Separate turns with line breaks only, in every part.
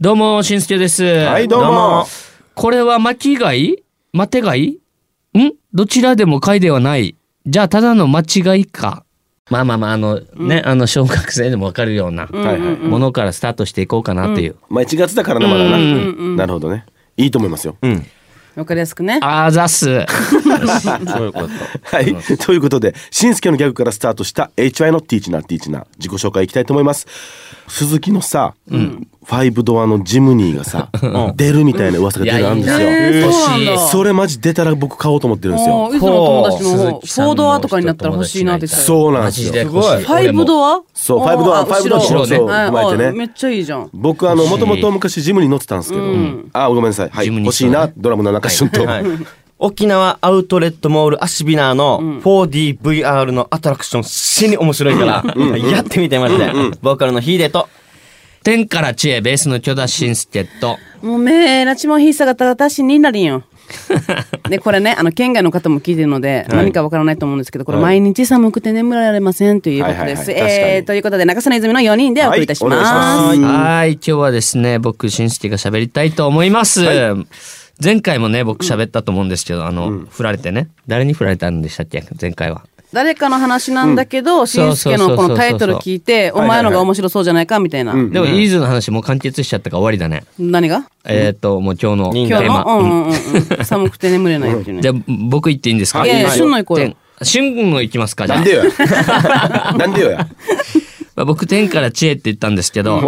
どうも、しんすけです。
はい、どうも。
これは巻き貝マテ貝んどちらでも貝ではない。じゃあ、ただの間違いか。まあまあまあ、あの、ね、あの、小学生でもわかるような
はいはい。
ものからスタートしていこうかなっていう。
まあ、1月だからな、まだな。
うん
なるほどね。いいと思いますよ。
うん。
わかりやすくね。
あーざっす。
そういうこと。
はい。ということで、しんすけのギャグからスタートした HY のティーチナーティーチナー、自己紹介いきたいと思います。鈴木のさ、ファイブドアのジムニーがさ、出るみたいな噂が
い
出
や、い
る
い
んです
な。
よ。
へー
欲
そう
し
なん
い
だ。
それマジ出たら僕買おうと思ってるんです
お
よ。
ーいつもの友達の
ほ
方
う
フォードアとかになったら欲しいなって言ってたよ
そうなん
マ
です
ジ
よ
で。欲しい。
ファイブドア
そう、ファイブドア、ファイブドア、
後
そ
ろ
う、そう、
ね
踏まえて
め
ね。
っちゃいいじゃん。
僕あの
欲しい
もともと昔ジムに乗ってたんですけど、あごめんなさい、はい、
ジムに乗
欲
ってた
しいなドラムの中旬と、
はい。沖縄アウトレットモールアシビナーの 4DVR のアトラクション死に面白い から、やってみてマジで。ボーカルのヒーデと。
天から地へベースの巨田しんすけと。
もうめえ拉致もひいさがたたしになりん よ。でこれねあの県外の方も聞いてるので、何かわからないと思うんですけどこれ毎日寒くて眠られませんということです。
はいはいはい確かに
えーということで中曽根泉の4人でお送りいたします。
はいお願いしま
はい、今日はですね、僕、しんすけが喋りたいと思います。前回もね、僕喋ったと思うんですけど、あの、振られてね。誰に振られたんでしたっけ前回は。
誰かの話なんだけど、しんすけのこのタイトル聞いて、お前のが面白そうじゃないかみたいな。
でも、イーズの話もう完結しちゃったから終わりだね。
何が
えっと、もう今日のテ
今日
ー
の、
マ。
うんうんうん うん、寒くて眠れないっていう
じゃ。
ね
あ、僕言っていいんですか
いやいや、旬の行こうよ。
旬の行きますか、じゃあ。
なんでよやなんでよや
まあ、僕天から地へって言ったんですけど、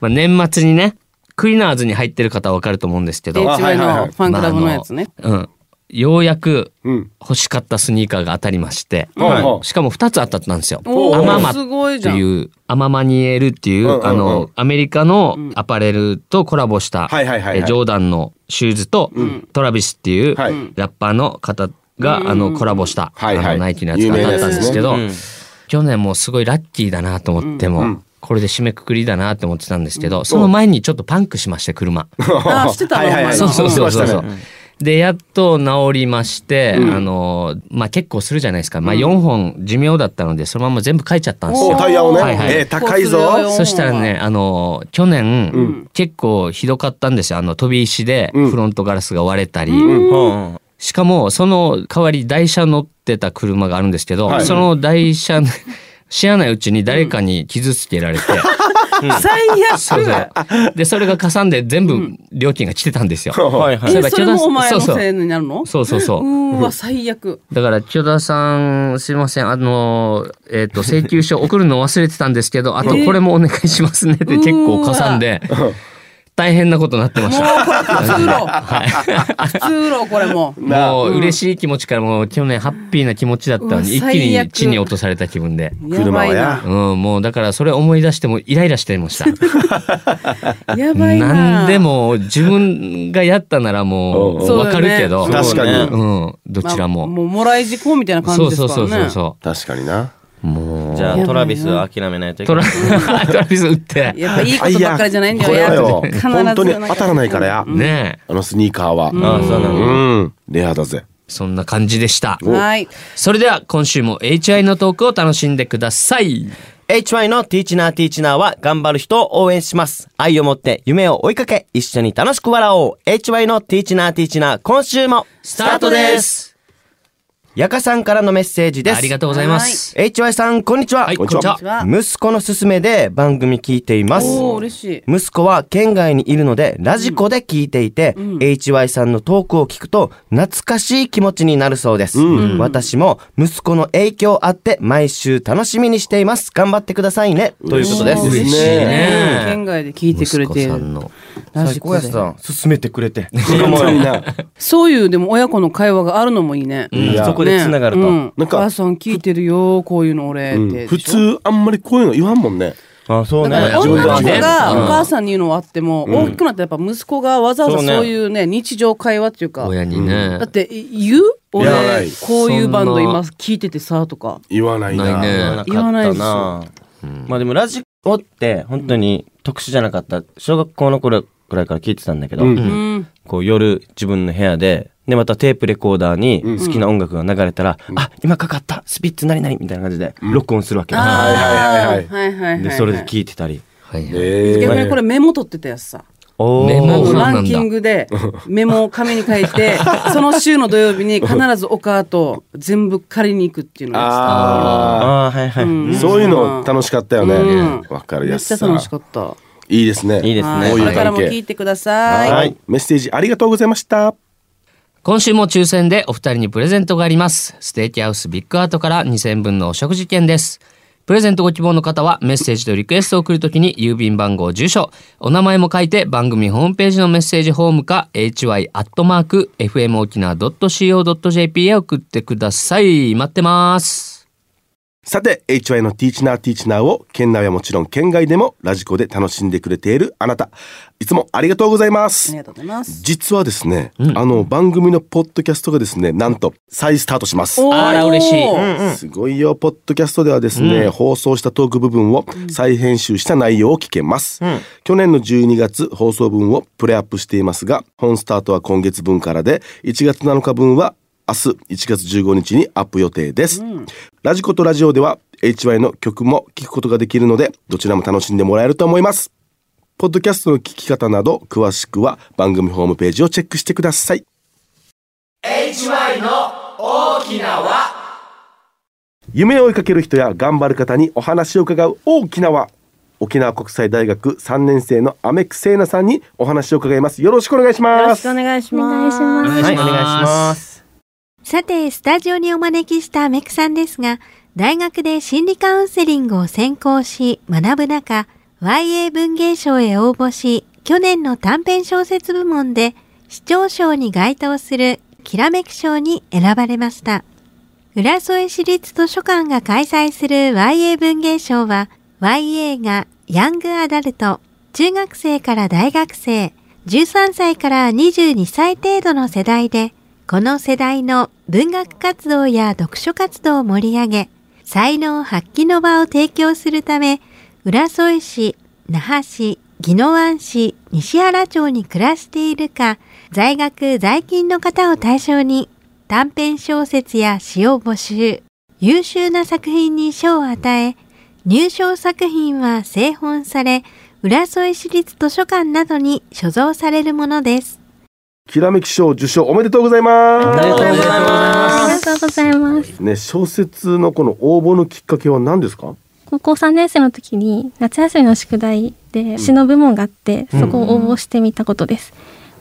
まあ、年末にねクリナーズに入ってる方は分かると思うんですけど、
で、一
あはい
枚
はいは
の
い
ファンクラブのやつね。
まああのうん、ようやく
うん
欲しかったスニーカーが当たりまして、
はいはい
しかも2つ当たったんですよ。
おー
アママっ
すごいじ
て
ゃん
いうアママニエルっていう、
うんうんうん
あのアメリカのアパレルとコラボした、
はいはいはいはい
えジョーダンのシューズと、トラビスっていう
はい
ラッパーの方が、あのコラボした、
はいはい
あのナイキのやつが当たったんですけど、
有名なやつね
去年もうすごいラッキーだなと思っても、これで締めくくりだなと思ってたんですけど、その前にちょっとパンクしまして車。
あ、してたの、お
はいはい
前
はい
の。
そうそうそうそう
し
そ
ま
う。でやっと治りまして、あのまあ結構するじゃないですか、まあ、4本寿命だったのでそのまま全部書いちゃったんです
お
よ
ー。タイヤをね、
はいはい
えー高い
高い
ぞ
よ
そしたらねあの去年、結構ひどかったんですよあの飛び石でフロントガラスが割れたり、
うんうん
しかもその代わり台車乗ってた車があるんですけど、
はい
その台車 知らないうちに誰かに傷つけられて。
最悪
そうそうでそれがかさんで全部料金が来てたんですよ。
はいは
そう
い。
いえ
え
ば
それもお前の
そうそう
せいになるの
そうそうそう
うーわ最悪
だから、千代田さん、すいません、あの、えっ、と、請求書送るの忘れてたんですけ ど、あと、これもお願いしますねって結構かさんで、大変なことになってまし
もう
た。
これ普通路普通路これもう
もう嬉しい気持ちからもう去年ハッピーな気持ちだったのに一
うわ
気
最悪
に地に落とされた気分で。
やばいな
うん、もうだからそれ思い出してもイライラして ました。
やばいな
何でも自分がやったならも
おう
お
う
う
わかるけど、
そう
だよね確かに
うん、どちら
まあ
も。
もうもらい事故みたいな感じ
そう
で
そ
すか
う
らね
そうそうそ
確かにな
う。もう。
じゃあトラビスは諦めないといけ
ト
な
ラ
い。
トラビス打って。
やっぱいいことばっかりじゃないんだよ
あいやこれはよ
必ず
本当に当たらないからや
ねえ、
あのスニーカーは
ああ、そうな
う
の。
ん、レアだぜ
そんな感じでした。
はい
それでは今週も HI のトークを楽しんでください。
HY のティーチナーティーチナーは頑張る人を応援します。愛を持って夢を追いかけ、一緒に楽しく笑おう。HY のティーチナーティーチナー、今週もス
スタートです。
やかさんからのメッセージです。
ありがとうございます。
HY さん、こんにちは。
はい、こ
こ
ん
ん
にち
にち
は
は。
こんにちは
息子の勧めで番組聞いています。
おお嬉しい
息子は県外にいるので、ラジコで聞いていて、HY さんのトークを聞くと、懐かしい気持ちになるそうです。私も息子の影響あって、毎週楽しみにしています。頑張ってくださいね。ということで
おー
す。
嬉
嬉しい
ね
県外で聞いてくれて
息子さ
る
んの
ラジ
最
コ
高
で
やさん、進めてくれて。
本当にな
そういうでも親子の会話があるのもいいね
いや
そこで繋がると。
ねう
なん
お
んか
母さん聞いてるよこういうの俺って
普通あんまりこういうの言わんもんね
あ、そう
だか
ね。
ら女の子
ね
がお母さんに言うのはあっても、大きくなってやっぱ息子がわざわざそういうね日常会話っていうか
親にね
だっ。てい言う俺
言わない
こういうバンド
そんな
今聞いててさとか
言わないな
ないね
言わなかったな。
言わないですよ
まあでもラジオって本当に特殊じゃなかった。小学校の頃
くらいから聞いてたんだけど、
うん
うん。
こう夜自分の部屋で、でまたテープレコーダーに好きな音楽が流れたら、あ、今かかった、スピッツ何々みたいな感じで録音するわけ。
はいはいはいはい。
はいはいはい。
で、それで聞いてたり。
はいはい。
え
逆にこれメモ取ってたやつさ。
お
メモ
もう
そうなんだ
ランキングでメモを紙に書いて、その週の土曜日に必ずお母と全部借りに行くっていうのをやってた
あ
ああ、はいはい。
あ。そういうの楽しかったよね
うん。
わかる
めっ
や
ちゃ
つさ。
楽しかった。
いいですね。
いいですね
はい
こう
こ
い
れ
う
から
関
も聞い
係。
てください。
はい。メッセージありがとうございました。
今週も抽選でお二人にプレゼントがあります。ステーキハウスビッグアートから2000分のお食事券です。プレゼントご希望の方はメッセージとリクエストを送るときに郵便番号、住所、お名前も書いて番組ホームページのメッセージホームか hy.fmokina.co.jp へ送ってください。待ってます。
さて、HY のティーチナーティーチナーを県内はもちろん県外でもラジコで楽しんでくれているあなた。いつもありがとうございま
あ
す
り。がとうございます。
実はですね、あの番組のポッドキャストがですね、なんと再スタートします。
おー
あら嬉しい
すごいよ。ポッドキャストではですね、放送したトーク部分を再編集した内容を聞けます。去年の12月放送分をプレアップしていますが、本スタートは今月分からで、1月7日分は明日1月15日にアップ予定です。ラジコとラジオでは HY の曲も聞くことができるので、どちらも楽しんでもらえると思います。ポッドキャストの聞き方など詳しくは番組ホームページをチェックしてください。夢を追いかける人や頑張る方にお話を伺う沖縄沖縄国際大学3年生のアメクセイナさんにお話を伺いますよろしくお願いし
よ
ま
ろしく
す
お願いし
お願
ま
い
す。
します
はい、お願いします。
さて、スタジオにお招きしたメクさんですが、大学で心理カウンセリングを専攻し、学ぶ中、YA 文芸賞へ応募し、去年の短編小説部門で、視聴賞に該当する、きらめく賞に選ばれました。浦添市立図書館が開催する YA 文芸賞は、YA がヤングアダルト、中学生から大学生、13歳から22歳程度の世代で、この世代の文学活動や読書活動を盛り上げ、才能発揮の場を提供するため、浦添市、那覇市、宜野湾市、西原町に暮らしているか、在学在勤の方を対象に、短編小説や詩を募集、優秀な作品に賞を与え、入賞作品は製本され、浦添市立図書館などに所蔵されるものです。
きらめき賞受賞おめでとうござい
ありが
ま
とうございます。
ありがとうございます。
すね小説のこの応募のきっかけは何ですか
高校3年生の時に夏休みの宿題で詩の部門があって、そこを応募してみたことです、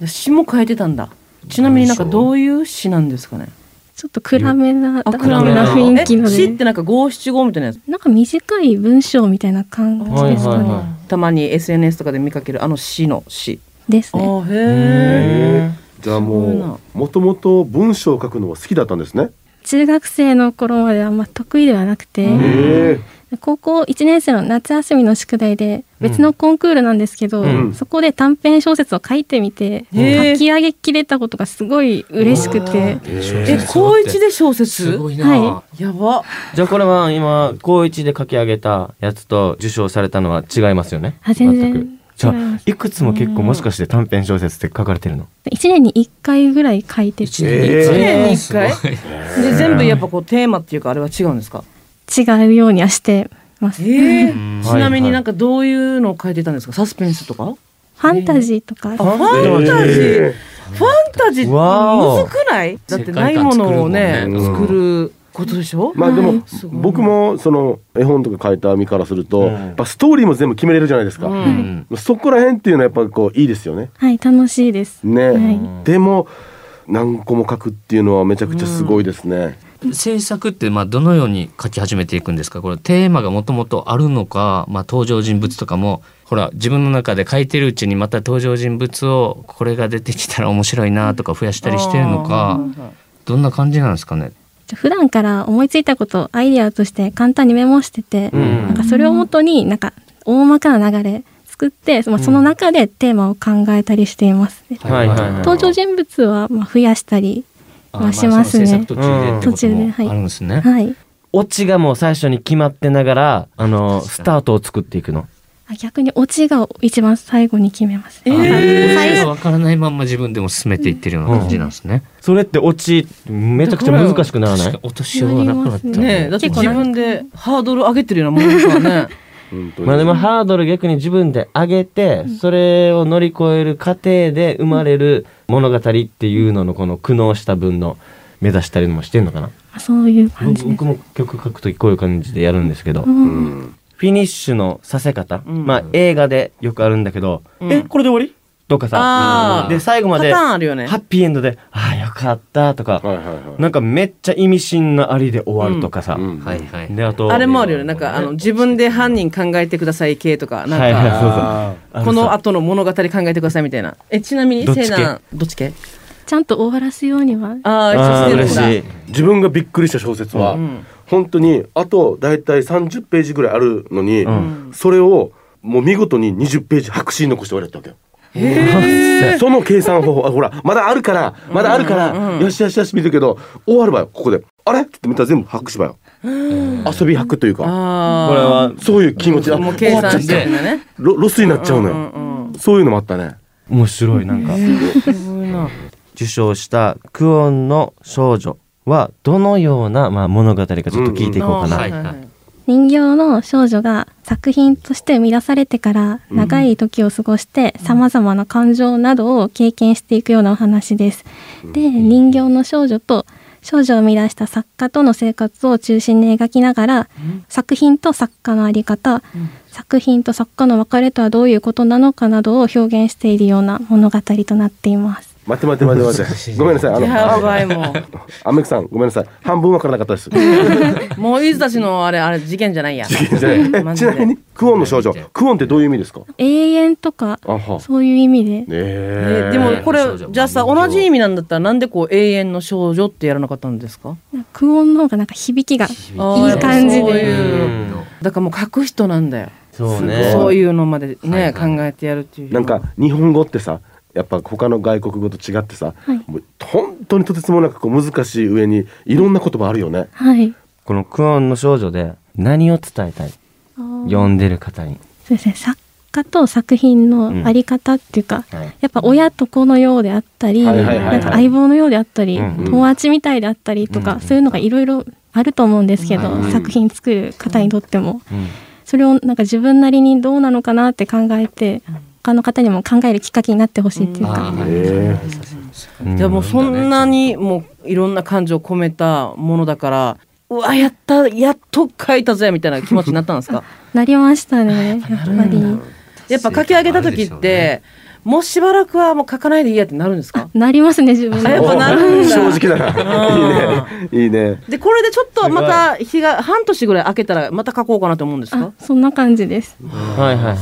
詩も書いてたんだ。ちなみになんかどういう詩なんですかね。
ちょっと暗めな
あ
暗めな雰囲気の
え詩っ
で
てなんか五七五みたいなやつ。
なんか短い文章みたいな感じ
はいはいは
たまに SNS とかで見かけるあの詩の詩。
です
あ
ね
ーへえ。
じゃあ
すごいな
もうもともと文章を書くのは好きだったんですね
中学生の頃まではあんま得意ではなくて、
え
高校1年生の夏休みの宿題で別のコンクールなんですけど、
うん
そこで短編小説を書いてみて、
へー
書き上げきれたことがすごい嬉しくて、
え高一で小説？
い
なは
やば。
じゃあこれは今、高一で書き上げたやつと受賞されたのは違いますよね
あ全然
全くじゃあ
違います
いくつも結構もしかして短編小説って書かれてるの
1年に1回ぐらい書いてて、
一
え
年に一回。で全部やっぱこうテーマっていうかあれは違うんですか。
違うようにはしてます。
ええ。ちなみ
はいは
に
い
なんかどういうのを書いてたんですか。サスペンスとか。
ファンタジーとか、
あファンタジー。ファンタジーって
わお
むずくないだってないものをね
世界観作る
作
も
る
んね
ことでしょ、
まあでも、
はいすごい
僕もその絵本とか書いた身からすると、
うん
やっぱストーリーも全部決めれるじゃないですか、
うん
そこら辺っていうのはやっぱこういいですよね
はい、楽しいです。
ね、
は
でも何個も書くっていうのはめちゃくちゃすごいですね。
制作ってまあどのように書き始めていくんですかこれテーマがもともとあるのか、まあ、登場人物とかもほら自分の中で書いてるうちにまた登場人物をこれが出てきたら面白いなとか増やしたりしてるのかどんな感じなんですかね
普段から思いついたことをアイデアとして簡単にメモしてて、なんかそれをもとになんか大まかな流れ作って、まあ、その中でテーマを考えたりしていますね、
はいはいはい
登場人物はまあ増やしたり、
あ
まあ、します
その制作途中でってこと
ね。うん
も
途中ではい
あるんですね。
はい、
オチがもう最初に決まってながらあの
確かに
スタートを作っていくの
あ逆にオチが一番最後に決めます。
あ
あの
ー、
最
が
初
わからないまんま自分でも進めていってるような感じなんですね。
それってオチめちゃくちゃ難しくならな
確か
い
お年はなくなった
ねえだって自分でハードル上げてるようなもんですからね
本当に
まあでもハードル逆に自分で上げてそれを乗り越える過程で生まれる物語っていうののこの苦悩した分の目指したりもしてんのかな
そういう感じ
僕
で
僕
す。
も曲書くときこういう感じでやるんですけど、
う
フ
ん
ィニッシュのさせ方、
うん
まあ映画でよくあるんだけど、
うん
えこれで終わりとか
あ
さ
ー
で最後
パ
ま
ター
で
ン
ハ
あるよね
ッピーエンドで「ああよかった」とか、
はいはいはい
なんかめっちゃ意味深なありで終わるとかさ、
うん
はいはい。
であと
あれもあるよねなんかあの自分で犯人考えてください系とかなんか、
はいはいそうそうあのさ
この後の物語考えてくださいみたいな。え、ちなみに、
どっち系
せいな、どっち系
ちゃんと終わらすようには。
あ
あ
あ、
ー
一
嬉
緒
し
に
い
自分がびっくりした小説は、
ん
本当にあとだいたい30ページぐらいあるのに、
ん
それをもう見事に20ページ白紙に残して終わりだったわけよ。その計算方法あほらまだあるからまだあるから、よしよしよし見てるけど終わるばよここであれって見たら全部白紙ばよ、遊び白というか
あ
これは
そういう気持ちあ
あ、もう計
終わっ
算し
ちゃ
て
った
るんだね。
ロロスになっちゃうのよ、そういうのもあったね
面白いなんか受賞した「クオンの少女」はどのような、まあ、物語かちょっと聞いていこうかな、
は
はいい
は
はいい
人形の少女が作品として生み出されてから長い時を過ごして様々な感情などを経験していくようなお話です。で人形の少女と少女を生み出した作家との生活を中心に描きながら作品と作家の在り方作品と作家の別れとはどういうことなのかなどを表現しているような物語となっています。
待って待って待って待ってごめんなさいあの
やばい、も
アメクさんごめんなさい半分わからなかった です
う。もう、いずたちの、あれ、あれ、事件じゃないや。
じゃあ
マ
え
ジ
ち
で
なみにクオンの少女クオンってどういう意味ですか
永遠とか
あは
そういう意味で
ねえ
えでも、これ、じゃあさ、同じ意
味。
味なんだったら、なんでこう、永遠の少女ってやらなかったんですか
クオンの方がなんか響きが
あー
いい感じで
そういう
うん
だからもう書く人なんだよ。
そうね
そういうのまで
はい
ね、
はい
考えてやるっていう。
なんか、日本語ってさやっぱ他の外国語と違ってさ、もう本当にとてつもなくこう難しい上にいろんな言葉あるよね。
はい
この「クオンの少女」で何を伝えたい読んでる方に、
そうですね作家と作品のあり方っていうか、
はい
やっぱ親と子のようであったり、
はいはいはいはい
なんか相棒のようであったり、
うん
うん
友達みたいであったりとか、
うんうん
そういうのがいろいろあると思うんですけど、
うんうん
作品作る方にとっても、
うん
それをなんか自分なりにどうなのかなって考えて他の方にも考えるきっかけになってほしいっていうか、
あー
え
じゃあもうそんなにもういろんな感情を込めたものだから、うわ、やった、やっと書いたぜみたいな気持ちになったんです か
なりましたねやっぱり。
やっぱ書き上げた時っ
そう
て、もうしばらくはもう書かないでいいやってなるんです か
なりますね自分
あやっぱ
で。
なるんだ
正直だな。いいね。いいね。
で、これでちょっとまた日が半年ぐらい空けたらまた書こうかなと思うんです
あ
か
そんな感じです。
はいはいはい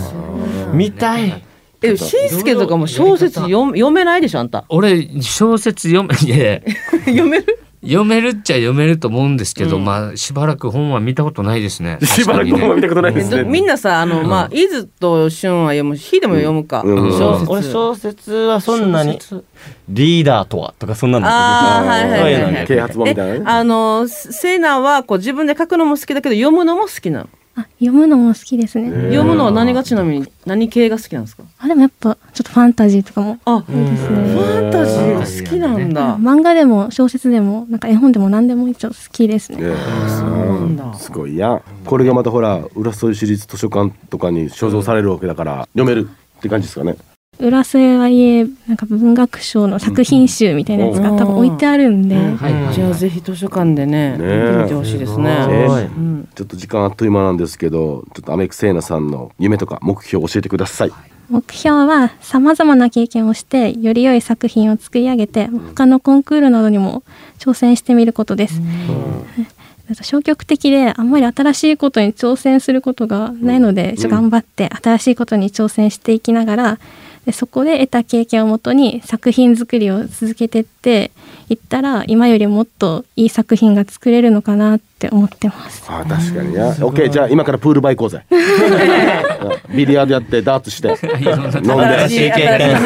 見たい
え、しんすけとかも小説読読めないでしょ、あんた。
俺小説読めい やいや
読める
読めるっちゃ読めると思うんですけど、まあしばらく本は見たことないですね。
しばらく本は見たことないですね。
みんなさ、あの、まあ、伊豆としゅんは読むし、ひでも読むか。
うん
小説。
俺小説はそんなにリーダーとはとかそんなの
あーはいはいはいはい
啓発本みたい
え
なね。
あのせセイナはこう自分で書くのも好きだけど読むのも好きなの、
あ読むのも好きですね。
読むのは何がちなみに何系が好きなんですか
あでもやっぱちょっとファンタジーとかも
あフ
いいですね。
ァンタジーが好きなんだ、
漫画でも小説でもなんか絵本でも何でも一応好きですね。
なんだ
すごいやん。これがまたほら浦添市立図書館とかに所蔵されるわけだから読めるって感じですかね。
浦添はいえなんか文学賞の作品集みたいなやつが多分置いてあるんで、
うん
はいはいはい
じゃあぜひ図書館でね
ね
読んでみてほしいです
す
ね
ごい
うん
ちょっと時間あっという間なんですけど、ちょっとアメクセイナさんの夢とか目標を教えてください。
目標はさまざまな経験をしてより良い作品を作り上げて他のコンクールなどにも挑戦してみることです。なんか消極的であんまり新しいことに挑戦することがないので、ちょっと頑張って新しいことに挑戦していきながらでそこで得た経験をもとに作品作りを続けてっていったら今よりもっといい作品が作れるのかなって思ってます。
ああ確かにね。オッケーじゃあ今からプールバイ行こうぜ。うんビリヤードやってダーツして飲ん
新
で。
しい経験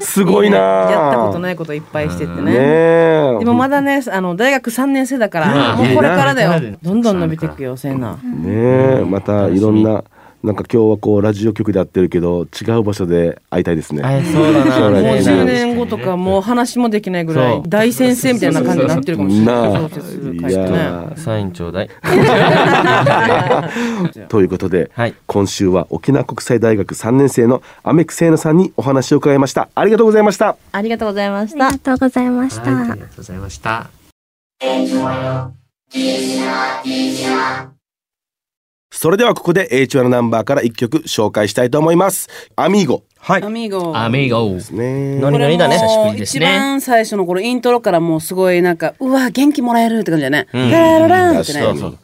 すごいなあ。
やったことないこといっぱいしてって
ね
ね
え。
でもまだねあの大学3年生だから
うん
もうこれからだ
いいな
よどんどん伸びていくよセイナ
ねえまたいろんななんか今日はこうラジオ局でやってるけど違う場所で会いたいですね。
あそうだな
将来
もう
的
10
な
年後とかもう話もできないぐら
そ
いう大先生みたいな感じになってるかもしれない
なあ
小説書いて
い
ね
や
サインちょうだい。
ーということで、
はい
今週は沖縄国際大学3年生のアメクセイノさんにお話を伺いましたありがとうございました
ありがとうございまし
りが
た。
とうございまし
はい、あり
た
が。とうございました。
それではここで HY のナンバーから1曲紹介したいと思いますアミーゴ
は
ア。ミーゴ
アメイゴ
ですね
ノリノリだね。
これ
久し
も
ぶりですね
一番最初のこのイントロからもうすごいなんかうわ元気もらえるって感じだね。
ん
ララランって
そうそ
ね
う。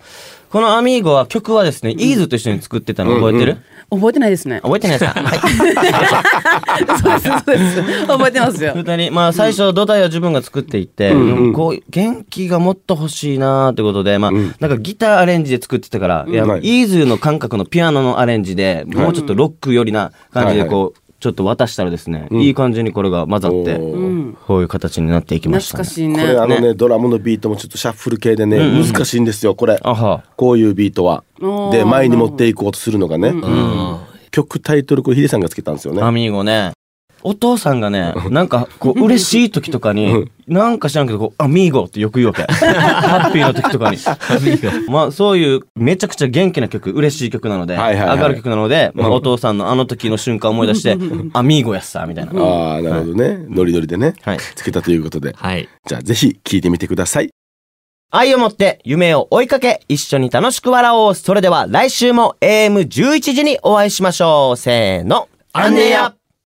このアミーゴは曲はですね、イーズと一緒に作ってたの覚えてる
覚えてないですね。
覚えてないで すか はい。
そうですそうです。覚え てますよ。
二人、まあ最初土台は自分が作っていって、
うんうん
でもこう、元気がもっと欲しいなーってことで、まあ、
うん
なんかギターアレンジで作ってたから、いや、
はい
イーズの感覚のピアノのアレンジで、もうちょっとロックよりな感じで
は
こう、ちょっと渡したらですね、
ん
いい感じにこれが混ざって、
おー
うん。
こういう形になっていきま
懐
した、ね。
かし
これ
いね。
あのねドラムのビートもちょっとシャッフル系でね、難しいんですよこれ
あは。
こういうビートは
おー
で前に持っていこうとするのがね、
うん。
曲タイトルこれヒデさんがつけたんですよね
アミーゴね。お父さんがね、なんか、こう、嬉しい時とかに、なんか知らんけど、こう、アミーゴってよく言うわけ。ハッピーの時とかに。まあ、そういう、めちゃくちゃ元気な曲、嬉しい曲なので、
はいはいはい
上がる曲なので、まあお父さんのあの時の瞬間を思い出して、アミーゴやっさ、みたいな。は
ああなるほどね、ノリノリでね
い。
つけたということで
はい。
じゃあぜひ聴いてみてください
愛を持って、夢を追いかけ、一緒に楽しく笑おう。それでは、来週も AM11 時にお会いしましょう。せーの。
アンデイア